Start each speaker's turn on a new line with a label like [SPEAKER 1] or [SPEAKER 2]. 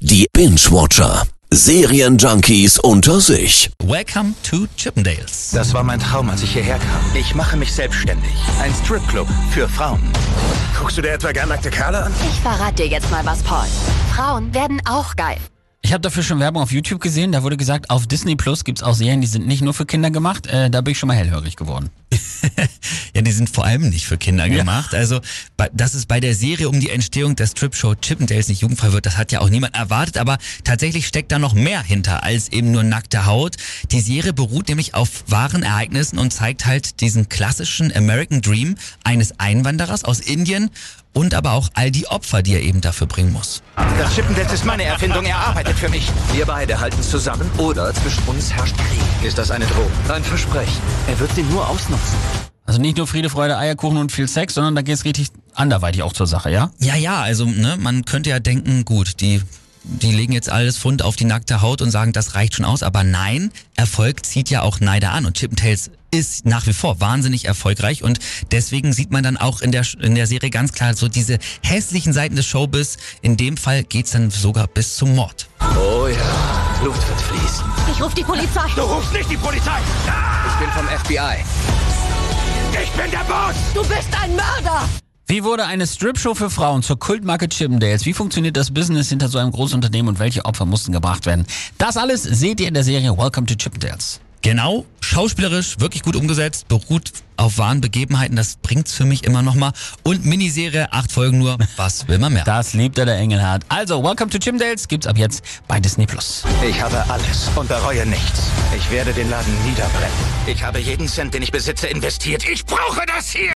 [SPEAKER 1] Die Binge-Watcher. Serienjunkies unter sich.
[SPEAKER 2] Welcome to Chippendales.
[SPEAKER 3] Das war mein Traum, als ich hierher kam. Ich mache mich selbstständig. Ein Stripclub für Frauen.
[SPEAKER 4] Guckst du dir etwa gern nackte Kerle an?
[SPEAKER 5] Ich verrate dir jetzt mal was, Paul. Frauen werden auch geil.
[SPEAKER 2] Ich habe dafür schon Werbung auf YouTube gesehen. Da wurde gesagt, auf Disney Plus gibt's auch Serien, die sind nicht nur für Kinder gemacht. Äh, da bin ich schon mal hellhörig geworden.
[SPEAKER 6] Ja, die sind vor allem nicht für Kinder gemacht. Also, bei- dass es bei der Serie um die Entstehung der Strip-Show Chippendales nicht jugendfrei wird, das hat ja auch niemand erwartet. Aber tatsächlich steckt da noch mehr hinter als eben nur nackte Haut. Die Serie beruht nämlich auf wahren Ereignissen und zeigt halt diesen klassischen American Dream eines Einwanderers aus Indien und aber auch all die Opfer, die er eben dafür bringen muss.
[SPEAKER 3] Das Chippendales ist meine Erfindung. Er arbeitet für mich.
[SPEAKER 7] Wir beide halten zusammen oder zwischen uns herrscht Krieg.
[SPEAKER 3] Ist das eine Drohung?
[SPEAKER 7] Ein Versprechen. Er wird sie nur ausnutzen.
[SPEAKER 2] Also nicht nur Friede, Freude, Eierkuchen und viel Sex, sondern da geht's richtig anderweitig auch zur Sache, ja?
[SPEAKER 6] Ja, ja, also ne, man könnte ja denken, gut, die, die legen jetzt alles Pfund auf die nackte Haut und sagen, das reicht schon aus. Aber nein, Erfolg zieht ja auch Neider an. Und Chippendales ist nach wie vor wahnsinnig erfolgreich. Und deswegen sieht man dann auch in der, in der Serie ganz klar so diese hässlichen Seiten des Showbiz. In dem Fall geht's dann sogar bis zum Mord.
[SPEAKER 7] Oh ja, Blut wird fließen.
[SPEAKER 5] Ich rufe die Polizei.
[SPEAKER 3] Du rufst nicht die Polizei!
[SPEAKER 7] Ich bin vom FBI.
[SPEAKER 3] Ich bin der Boss!
[SPEAKER 5] Du bist ein Mörder.
[SPEAKER 2] Wie wurde eine Stripshow für Frauen zur Kultmarke Chippendales? Wie funktioniert das Business hinter so einem Großunternehmen und welche Opfer mussten gebracht werden? Das alles seht ihr in der Serie Welcome to Chippendales.
[SPEAKER 6] Genau, schauspielerisch, wirklich gut umgesetzt, beruht auf wahren Begebenheiten. Das bringt's für mich immer nochmal. Und Miniserie, acht Folgen nur. Was will man mehr?
[SPEAKER 2] Das liebt er, der Engelhardt. Also, Welcome to Chippendales gibt's ab jetzt bei Disney+. Plus.
[SPEAKER 3] Ich habe alles und bereue nichts. Ich werde den Laden niederbrennen. Ich habe jeden Cent, den ich besitze, investiert. Ich brauche das hier!